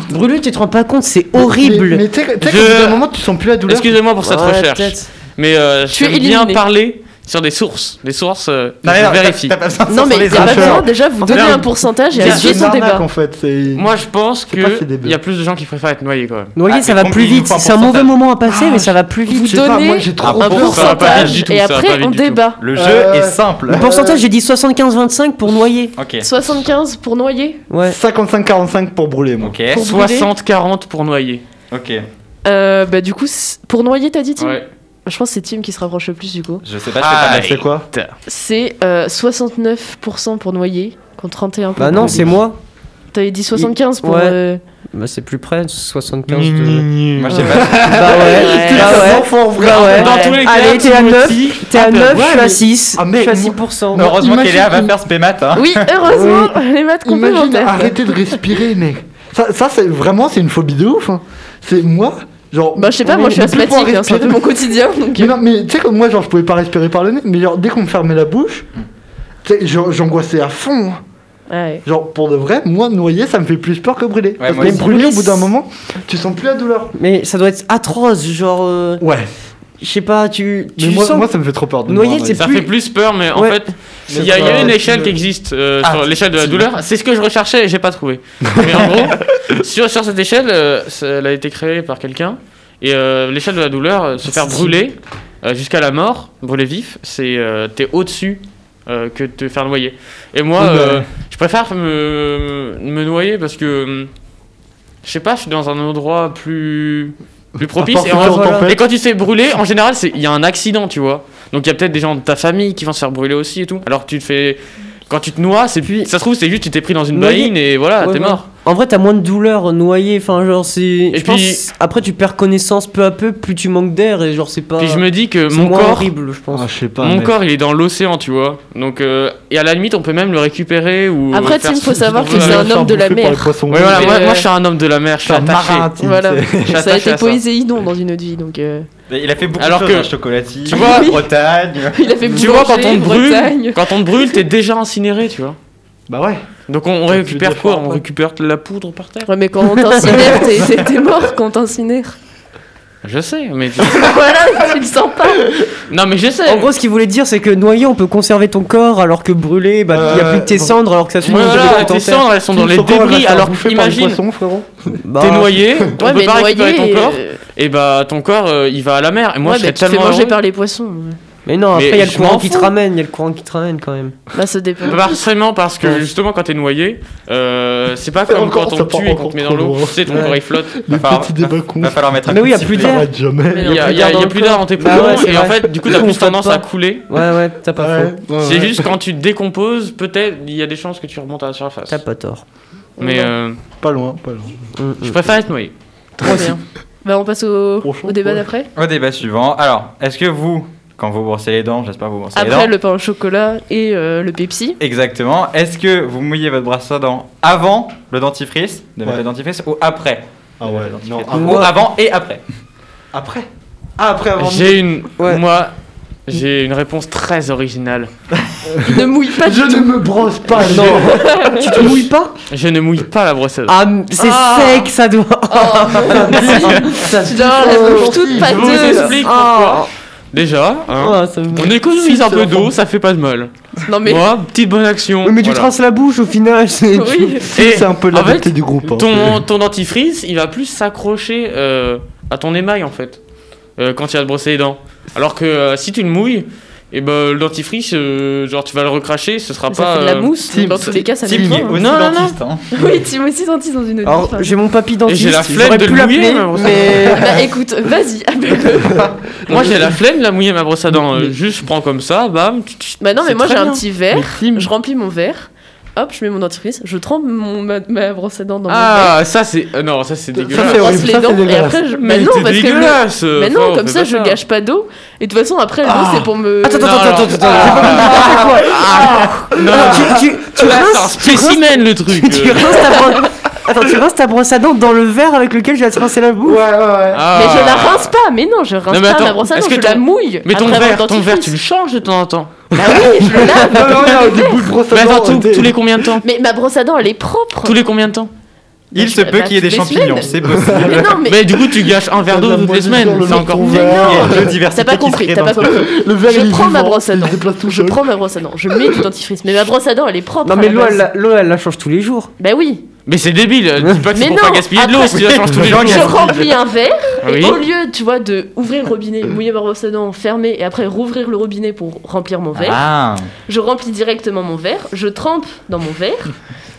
Brûlé, tu te rends pas compte, c'est
Mais,
horrible.
mais tu sais, tu sais
Je-
qu'au bout d'un moment, tu sens plus la douleur.
Excusez-moi pour cette
Ouais,
recherche,
peut-être.
mais euh,
Tu es
j'aime bien
éliminé.
parler sur des sources. Les sources, euh,
Non, mais
je
non, t'as-
vérifie.
t'as pas besoin de
Non
ça
mais
sur
il
les
n'y a pas
infos.
besoin. Déjà, vous donnez
Merde.
un pourcentage et
C'est
suivre
une
son
arnaque,
débat.
en fait. c'est-
Moi, je pense
C'est pas si c'est
que
des bœufs.
il y a plus de gens qui préfèrent être noyés quand même.
Noyer,
Ah,
ça
mais
va
combien
plus
il nous
vite.
faut un
C'est un mauvais
pourcentage
moment à passer, mais ça va plus
Vous
vite.
Je sais pas, Ah, moi,
donnez
j'ai trop
un
peur.
Ah, Ça va pas vite
pourcentage
du tout,
et
ça va pas
après
vite
on
du tout.
débat.
Le jeu
Euh,
est simple.
Le pourcentage, j'ai dit 75-25 pour noyer.
Ok.
75 pour noyer
Ouais.
55-45 pour brûler, moi.
Ok.
Pour brûler.
60-40 pour noyer.
Ok.
Euh, bah du coup, c'est- pour noyer, t'as dit Tim
Ouais.
Je pense que c'est Tim qui se rapproche le plus du coup.
Je sais pas.
Ah,
si
Ah, C'est quoi
C'est euh, 69% pour noyer contre 31 pour
Bah non,
brûler.
c'est moi.
T'avais dit 75 pour...
Ouais.
euh,
Bah c'est plus près, 75 de...
t'as- Moi je sais pas.
Ah
Bah ouais,
Ouais.
bah ouais. Bah ouais.
Dans tous les cas,
Allez, t'es à
Timothy-
9, t'es à
Ah,
9, je suis à
mais-
6.
Ah,
Je
mais
suis à
moi-
6%.
Non.
Heureusement
imagine-
qu'Eléa va faire ce pémat. Hein.
Oui, heureusement, les maths
Imagine
complémentaires.
arrêter de respirer, mec. Ça, ça c'est vraiment, c'est une phobie de ouf. hein. C'est moi, genre.
Bah je sais pas,
on-
moi je suis
on peut plus
asthmatique,
pouvoir
hein, c'est un peu
respirer.
mon quotidien. Donc... euh,
Mais non, mais tu sais que moi, genre, je pouvais pas respirer par le nez, mais genre, dès qu'on me fermait la bouche, tu sais, j'an- j'angoissais à fond. hein.
Ouais.
Genre, pour de vrai, moi, noyer, ça me fait plus peur que brûler. Parce
moi
que
aussi.
brûler, au bout d'un moment, tu sens plus la douleur.
Mais ça doit être atroce, genre... euh,
Ouais,
Je sais pas, tu, tu
mais moi,
sens...
moi, ça me fait trop peur. De
Noyer,
noyer,
c'est
Ça
plus-
fait plus peur, mais en
Ouais.
fait, il y, a- il y a une échelle qui existe euh,
Ah,
sur l'échelle de la
c'est
douleur. C'est ce que je recherchais et j'ai pas trouvé. Mais en gros, sur, sur cette échelle, euh, ça- elle a été créée par quelqu'un. Et euh, l'échelle de la douleur, euh, se faire brûler euh, jusqu'à la mort, brûler vif, c'est euh, t'es au-dessus euh, que de te faire noyer. Et moi,
Oh bah.
euh, je préfère me, me noyer parce que hum, je sais pas, je suis dans un endroit plus plus propice. Et en
voilà.
et quand tu te fais brûler, en général, c'est- il y a un accident, tu vois. Donc il y a peut-être des gens de ta famille qui vont se faire brûler aussi et tout. Alors tu te fais. Quand tu te noies, c'est
Puis-
ça se trouve, c'est juste tu t'es pris dans une
Noyer.
baïne et voilà,
Ouais,
t'es
voilà.
mort.
En vrai, t'as moins de douleur noyé, enfin genre c'est...
puis-
je pense, après tu perds connaissance peu à peu, plus tu manques d'air et genre c'est pas...
Puis je me dis que
c'est
mon
moins
corps,
horrible, je pense.
Ah, je sais pas.
mon
mec.
corps, il est dans l'océan, tu vois. Donc euh, et à la limite, on peut même le récupérer ou. euh,
Après,
faire
Tim,
ce
faut
que tu
savoir
veux
que c'est
avec.
un homme de la
Bouffé par
mer.
les poissons.
Ouais, voilà,
Mais,
moi,
euh,
moi, je suis un homme de la mer, je suis
Putain,
attaché.
marin, Tim,
Voilà,
c'est-
Je suis
ça a
attaché
été
à ça.
Poséidon dans une autre vie, donc... euh,
Mais Il a fait beaucoup
Alors
de
que-
choses. hein, Chocolatine,
Tu vois-
Bretagne.
Il a fait
Tu vois, quand
boulanger,
on te brûle,
Bretagne.
quand on te brûle, t'es déjà incinéré, tu vois.
Bah ouais.
Donc on, on
tu
récupère
défends
quoi
pas.
On récupère de la poudre par terre
Ouais, mais quand on t'incinère, t'es- t'es t'es mort quand on t'incinère.
Je sais, mais
voilà, tu le sens pas.
non, mais je sais.
En gros, ce qu'il voulait dire, c'est que noyer, on peut conserver ton corps, alors que brûler, bah, il y a
Euh,
plus que tes cendres, alors que ça se
Ouais,
mange
voilà,
dans
tes
ton terre.
cendres, elles sont dans les
Son corps, elle va se
débris.
faire
Alors,
bouffer par les
imagine,
poissons, frérot.
Bah,
t'es noyé, on peut pas récupérer ton
noyer,
corps,
euh,
et bah ton corps euh, il va à la mer. Et moi
ouais,
je
mais
serais
tu te fais
tellement.
manger
heureux.
par les poissons. ouais.
Mais non, après,
Mais
il y a le
je
courant
m'en
qui te
fous.
ramène, il y a le courant qui te ramène quand même.
Bah, ça dépend.
Bah, Forcément, parce que justement quand t'es noyé, euh, c'est pas
C'est
comme
encore-
quand
ça
on te
part
tue et qu'on
encore
te met
trop
dans l'eau,
loin.
tu sais, ton
Ouais.
corps il flotte.
Les
falloir-
petits débats cons.
Va falloir mettre un
Mais oui,
coup
y a
de
plus
sifflet.
d'air.
Arrête jamais.
Il y a,
plus
il y a-
d'air
il y a
dans
plus
le
d'air dans tes
Bah
poumons,
ouais, c'est
et en
vrai.
fait, du coup, t'as
On
plus
flotte
tendance
pas.
à couler.
Ouais, ouais, t'as pas
Ouais,
faux.
ouais,
C'est
ouais.
juste quand tu te décomposes, peut-être il y a des chances que tu remontes à la surface.
T'as pas tort.
Mais euh,
Pas loin, pas loin.
Mm,
je
mm.
préfère être noyé.
Très bien. Bah, on passe au,
Franchement,
au débat
ouais.
d'après.
Au débat suivant. Alors, est-ce que vous, quand vous brossez les dents, j'espère que vous brossez les dents.
Après le pain au chocolat et euh, le Pepsi.
Exactement. Est-ce que vous mouillez votre brosse à dents avant le dentifrice, de mettre
Ouais.
le dentifrice, ou après
Ah ouais, non.
Ou
avant-
Moi-
avant et après.
Après Ah, après avoir mis-
J'ai une.
Ouais.
Moi, j'ai une réponse très originale.
Il ne mouille pas du
Je
tout.
ne me brosse
Ah,
pas, non
Tu te mouilles pas
Je ne mouille pas la brosse à dents.
Ah, m- c'est
Ah.
sec, ça doit. ça
Tu dois avoir la bouche toute
Je vous
pâteuse.
explique
Oh.
pourquoi. Déjà, hein,
Ah, ça me-
On économise un peu
c'est
d'eau, ça fait pas de mal.
Non mais
Moi, petite bonne action.
Oui, mais tu
voilà.
traces la bouche au final. c'est-
oui.
Et
C'est un peu la
en fait,
beauté du groupe. hein.
ton, ton dentifrice, il va plus s'accrocher euh, à ton émail en fait, euh, quand tu vas te brosser les dents. Alors que euh, si tu le mouilles, et ben le dentifrice, euh, genre tu vas le recracher, ce sera
Ça
pas.
fait de la
euh,
mousse.
Tim,
dans tous les cas, ça
Tim
mouille
qui
pas.
est aussi
Non, non,
dentiste. hein.
Oui, Tim aussi sentit dans une autre. vie,
Alors,
enfin.
j'ai mon papy dentiste.
Et j'ai la flemme
j'aurais
de
pu
le mouiller,
l'appeler,
ma brosse à
mais...
Bah écoute, vas-y, appelle-le.
Moi j'ai la flemme de la mouiller ma brosse à dents. euh, juste je prends comme ça, bam. tch, tch,
Bah non, mais
c'est
moi
très
j'ai un
bien.
petit verre. Je remplis mon verre. hop, je mets mon dentifrice, je trempe mon, ma, ma brosse à dents dans
Ah, ça c'est. euh, non, ça c'est
Ça,
mon. Je me
dégueulasse.
c'est
brosse
horrible,
les
ça, c'est
dents et
dégueulasse.
après je.
Mais
Mais non,
c'est
parce que. le-
dégueulasse, euh,
Mais
enfin,
non,
on
comme
fait
ça,
pas
je gâche pas d'eau. Et de toute façon, après, l'eau,
Ah.
c'est pour me.
Attends, attends,
Non,
attends,
non.
attends,
Non, non, non,
attends. j'ai pas compris. Tu, tu, tu,
là, Ah, c'est un
rinces, tu, rinces,
spécimen le truc.
tu
euh.
rinces ta brosse. Attends, tu rinces ta brosse à dents dans le verre avec lequel j'ai rincé la bouche.
Ah.
Mais je la rince pas, mais non, je rince
mais
pas
attends,
ma brosse à dents,
est-ce
je
que
la
ton-
mouille.
Mais ton
après avoir
verre, ton verre, tu le
dentifrice.
changes de temps en temps.
Bah oui, je le lave.
Non, non, non, des bouts de brosse à
Mais attends,
dents,
tous-
t'es-
tous les combien de temps
Mais ma brosse à dents, elle est propre.
Tous les combien de temps
Il se peut qu'il y ait des champignons, c'est possible.
Mais non, mais.
Mais du coup, tu gâches un verre d'eau
Madame
toutes les
Moineau sur
semaines.
le
C'est
long
encore
ton
mieux.
verre.
Il y a deux
T'as
diversités
pas
qui se
compris,
créent
t'as
dans
pas
ce-
compris.
Le verre,
Je
il est
prends ma
vivant,
brosse à
il se
dents.
déplace tout
Je
seul.
prends ma brosse à dents, je mets du dentifrice. Mais ma brosse à dents, elle est propre.
Non,
à
mais
la
l'eau,
base.
elle, la- l'eau, elle la change tous les jours.
Bah oui.
Mais c'est débile. Dis pas que c'est
Mais
pour pas
non,
gaspiller de l'eau
après-
si tu la changes tous les jours.
Je remplis un verre. Et
Ah Oui.
au lieu, tu vois, de ouvrir le robinet, mouiller ma brosse à dents, fermer et après rouvrir le robinet pour remplir mon verre,
Ah,
je remplis directement mon verre, je trempe dans mon verre,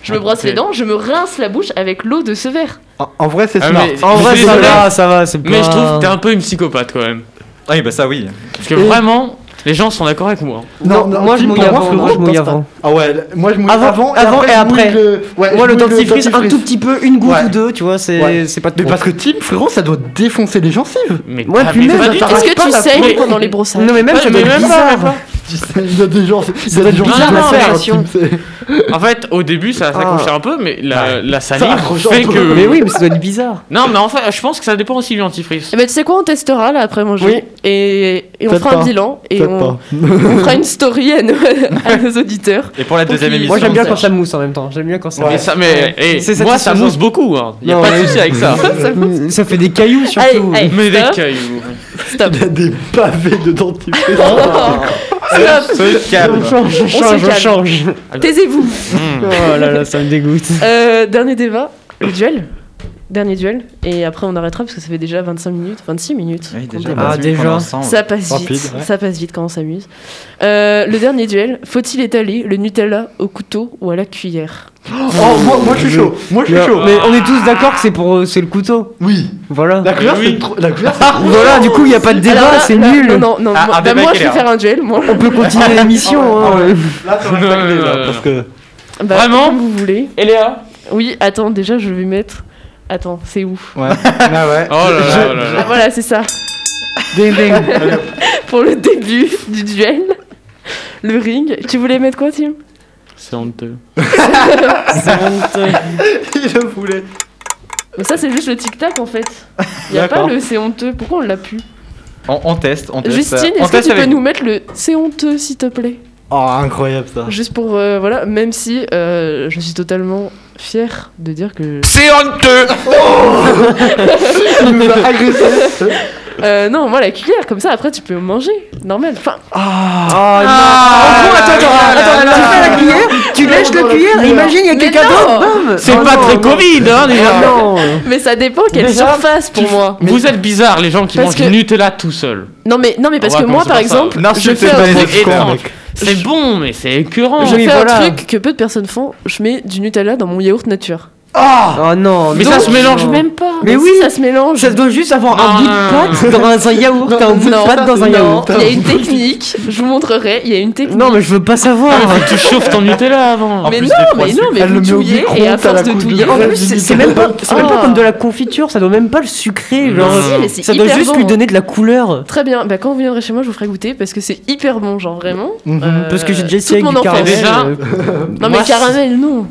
je
Ah,
me brosse
Ok.
les dents, je me rince la bouche avec l'eau de ce verre.
En- En vrai, c'est
Ah,
smart.
mais-
En
je
vrai,
suis
ça
désolé,
va, ça va, c'est pas.
Mais je trouve que t'es un peu une psychopathe quand même.
Ah oui, bah ça oui.
Parce que vraiment, les gens sont d'accord avec moi.
Non, moi, je
si,
mouille
pour moi,
avant,
Florent,
moi, je mouille
pense pas.
avant.
Ah ouais, là, moi je mouille
Avant-
avant,
avant et
je
après.
mouille le- ouais, je
Moi, le
mouille
dentifrice, un tout petit peu, une goutte
Ouais.
ou deux, tu vois, c'est
Ouais.
c'est pas
Mais
trop.
parce que Tim, frérot, ça doit défoncer les gencives.
Mais
Ouais,
ah,
puis
mais
même,
pas du-
attends,
Est-ce
Arrête
que
pas
tu
la
saignes
bouille.
pendant les brossages
Non, mais même,
Ouais,
ça
mais
doit
même
être
pas,
bizarre.
même pas.
Tu sais, Il y a des gens, il y a des gens
bizarre,
qui
la
la faire,
sensation.
Tim, c'est-
En fait, au début, ça
Ah.
s'accrochait un peu, mais la, la
Ça
salive
accroche
fait
un peu.
que.
Mais oui, mais ça doit être bizarre.
Non, mais en fait, je pense que ça dépend aussi du dentifrice.
Eh ben, tu sais quoi, on testera là après manger.
Oui.
Et, et on
Peut-être
fera
pas.
un bilan et
Peut-être
on,
pas.
on fera une story à nos, à nos auditeurs.
Et pour la deuxième
qu'il-
émission.
Moi, j'aime bien
ça-
quand ça mousse en même temps. J'aime bien quand ça
Ouais.
Mais
mousse.
ça, mais eh,
C'est
moi, ça
satisfaisant.
mousse beaucoup. Hein. Y a
Non,
pas de
ouais.
souci avec ça.
Ça fait des cailloux surtout.
Allez, allez.
mais des
Stop.
cailloux.
Stop. Oh.
Il y a des pavés de dentifrice.
Stop.
Se calme.
change, je
On se calme.
change.
Taisez-vous.
Oh là là, ça me dégoûte.
Euh, dernier débat, le duel. Dernier duel. Et après, on arrêtera parce que ça fait déjà 25 minutes, 26 minutes.
Oui,
qu'on
déjà,
débat.
Ah,
vas-y,
déjà.
on est ensemble.
Ça passe vite,
Rapide, ouais.
ça passe vite quand on s'amuse. Euh, le dernier duel, faut-il étaler le Nutella au couteau ou à la cuillère
Oh, moi, moi, je suis chaud. Moi,
Euh,
je suis chaud.
Mais on est tous d'accord que c'est pour euh, c'est le couteau.
Oui.
Voilà.
La couleur,
Oui.
c'est trop. La couleur,
Ah,
Voilà, du coup, il n'y a pas de
Alors
débat,
là,
c'est
là,
nul.
Non, non, non,
Ah,
moi,
un
bah,
débat
moi, je
qui est
vais faire un duel, moi.
On peut continuer l'émission.
Ah
hein.
c'est- là, ça va
Non,
tacler,
non,
là,
non,
parce
non.
que.
Bah,
Vraiment
Comme vous voulez.
Et Léa
Oui, attends, déjà, je vais mettre. Attends, c'est où
Ouais. Ah ouais.
Oh là là,
Je-
oh là
Ah,
là.
voilà, c'est ça.
Ding,
Ah,
ding.
Pour le début du duel, le ring. Tu voulais mettre quoi, Tim
C'est honteux.
Il le voulait.
Mais ça, c'est juste le tic-tac en fait. Y a pas
D'accord.
le c'est honteux. Pourquoi on l'a plus
On, on teste, on teste.
Justine,
on
est-ce que
teste
tu peux
avec
nous mettre le c'est honteux s'il te plaît
Oh, incroyable ça.
Juste pour. euh, voilà, même si euh, je suis totalement fière de dire que.
C'est honteux
Il nous
Ah,
a agressé.
Euh, non, moi, la cuillère, comme ça, après, tu peux manger. Normal. Enfin, Ah,
Ah,
En gros, Ah, attends, attends,
là,
attends,
là,
tu
là,
fais la cuillère, tu lèches la cuillère, imagine, il y a
ah, Mais
quelqu'un
non
d'autre, bam
C'est
Oh
pas
non,
très
non.
Covid, hein, déjà.
Ah non
mais ça dépend quelle
Déjà,
surface pour moi.
Vous êtes bizarres, les gens qui
Parce
mangent
que-
du Nutella tout seul.
Non, mais, non, mais parce
On va
que moi,
commencer
par
par ça.
exemple,
Non,
je
c'est
fais
pas
un
les
truc
autres cons,
énorme.
mec.
C'est bon, mais c'est écœurant.
Je
Oui,
fais
voilà.
un truc que peu de personnes font. Je mets du Nutella dans mon yaourt nature. Ah.
Oh non
Mais ça
donc-
se mélange
non.
Même pas.
Mais
si,
oui.
ça se mélange.
Ça doit juste avoir un
Non,
bout
non,
de pâte dans un yaourt,
Non,
t'as un bout de
non,
pâte dans un
non.
yaourt.
Il y a une technique. Je vous montrerai. Il y a une technique.
Non mais je veux pas savoir
Ah, mais tu chauffes ton Nutella
En
avant.
Ah, mais
plus,
non,
les trois
mais non,
sucres,
mais
elle
vous
le met au
touillez
micro-ondes,
et à
t'as la
force de
coupe de
touiller,
graisse.
En plus, c'est- c'est même pas, c'est même pas
Ah.
comme de la confiture, ça doit même pas le sucrer, genre.
Non, non, non.
c'est
Ça doit
hyper
juste
bon.
lui donner de la couleur.
Très bien, bah quand vous viendrez chez moi, je vous ferai goûter parce que c'est hyper bon, genre vraiment.
Mhm.
Euh,
Parce que j'ai
toute
déjà essayé avec
mon
du
enfance.
caramel.
Déjà,
euh,
Non,
Moi,
mais caramel, non.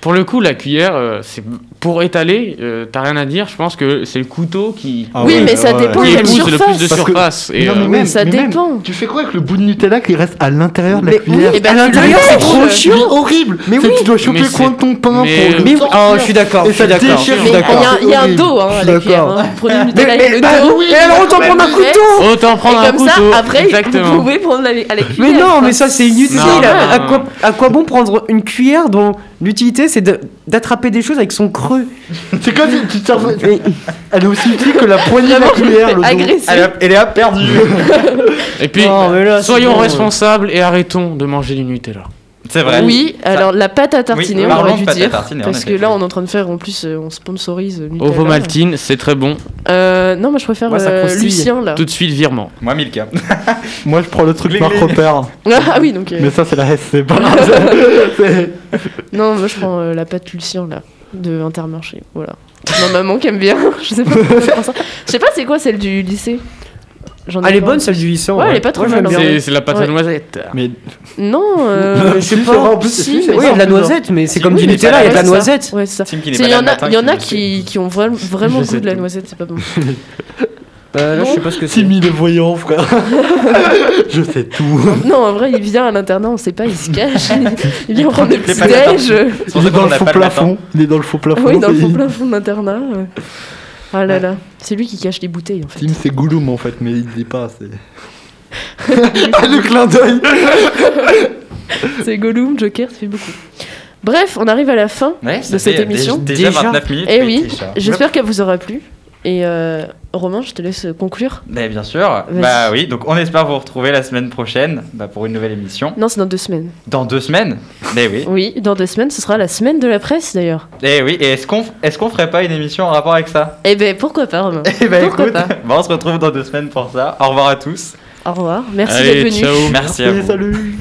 Pour le coup, la cuillère, euh, c'est pour étaler, euh, t'as rien à dire. Je pense que c'est le couteau qui,
Ah
oui,
ouais,
mais ça
ouais.
dépend
qui
quelle
épouse le plus
surface.
de
Parce que-
surface. Et,
Non, mais
euh,
même,
ça
mais même,
dépend.
tu fais quoi avec le bout de Nutella qui reste à l'intérieur de la
Mais
cuillère
Eh ben,
à
tu le
l'intérieur, c'est
manges.
trop
C'est
chiant.
horrible
Mais
C'est que
oui.
Tu dois choper
Mais
le coin de ton pain
mais-
pour le
Mais oui,
sortir.
ah, je suis d'accord,
Et
je suis
ça
d'accord, je
déchire.
suis
Mais il y
d'accord.
a- il y, a un
Horrible.
dos, hein, à la
D'accord.
cuillère. hein. Vous prenez le Nutella
Mais,
avec le
mais, bah,
dos.
et alors autant prendre un
mais-
couteau
euh, autant
Et
prendre un
comme
couteau.
ça, après,
Exactement.
vous pouvez prendre avec, avec
Mais
cuillère,
non,
quoi.
mais ça c'est inutile.
Non,
à, à
non.
quoi, à quoi bon prendre une cuillère dont l'utilité c'est de- d'attraper des choses avec son creux
C'est comme si tu te servais-
Mais-
Elle est aussi petite que la poignée de la
Vraiment, je me
cuillère.
fais
le dos.
agresser.
Elle a, elle a perdu.
Et puis,
Non, mais là, c'est
soyons
bon, ouais.
responsables et arrêtons de manger du Nutella.
C'est vrai.
Oui, alors la pâte à tartiner, on
parlons
aurait
de
dû
pâte à
dire.
tartiner, en
Parce que
effet.
là, on est en train de faire, en plus, euh, on sponsorise euh, Nutella.
Ovo Maltine, c'est très bon.
Euh, non, moi je préfère
Oh, Moi, ça
euh,
croustille.
Lucien là.
Tout de suite, virement.
Moi, Milka.
Moi, je prends le truc
Glé,
Marc
glé.
Repère.
Ah oui, donc. euh,
Mais ça, c'est la SC. pas
Non, moi je prends euh, la pâte Lucien là, de Intermarché. Voilà. Ma maman qui aime bien. je sais pas pourquoi je prends ça. Je sais pas c'est quoi celle du lycée. J'en ai
Ah, elle est
pas
bonne
envie.
celle du lycée. en
Ouais,
vrai.
elle est pas trop
Moi, j'aime
mal, hein. en
bien.
vrai.
C'est c'est la pâte à
Ouais.
noisette.
Mais
Non, euh,
Je sais
Si,
pas.
c'est vrai, en plus,
si,
si,
mais
c'est
Oui, il y
vrai,
a de la
en plus, hein.
noisette, mais c'est
Si,
comme
oui,
du
mais
Nutella,
c'est
il y a de la
ouais, c'est ça.
noisette.
Ouais, c'est ça.
Tim qui n'est
Il
pas
y
là
en
le
a,
matin,
y en
qui
a
nous
qui, qui ont vraiment, vraiment le goût de la noisette, c'est pas bon.
Bah, là, je sais pas ce que c'est.
Timmy le voyant, frère. je sais tout.
Non, en vrai, il vient à l'internat, on sait pas, il se cache, il- il vient prendre des
toutes les
petits
pâtes à
déj.
C'est pour
Il
ça
est dans
qu'on
le
n'a
faux
pas le matin.
plafond. Il est dans le faux plafond.
Ah Oui, dans le fond
et-
plafond de l'internat. ouais. Ah là là, c'est lui qui cache les bouteilles en fait.
Tim, c'est Gouloum en fait, mais il dit pas. C'est... ah, le clin d'œil
C'est Gollum, Joker, ça fait beaucoup. Bref, on arrive à la fin.
Ouais, ça
de cette
fait
émission.
Déjà
Déjà.
29 minutes.
Eh oui,
déjà.
j'espère qu'elle vous aura plu. Et euh, Romain, je te laisse conclure.
Ben, bien sûr.
Vas-y.
Bah oui, donc on espère vous retrouver la semaine prochaine bah, pour une nouvelle émission.
Non, c'est dans deux semaines.
Dans deux semaines Ben oui.
Oui, dans deux semaines, ce sera la semaine de la presse d'ailleurs.
Eh oui, et est-ce qu'on est qu'on ferait pas une émission en rapport avec ça
Eh ben, pourquoi pas, Romain
Eh ben
Pourquoi
écoute,
pas
bon, on se retrouve dans deux semaines pour ça. Au revoir à tous.
Au revoir, merci
Allez,
d'être venu.
ciao.
Merci à vous.
Salut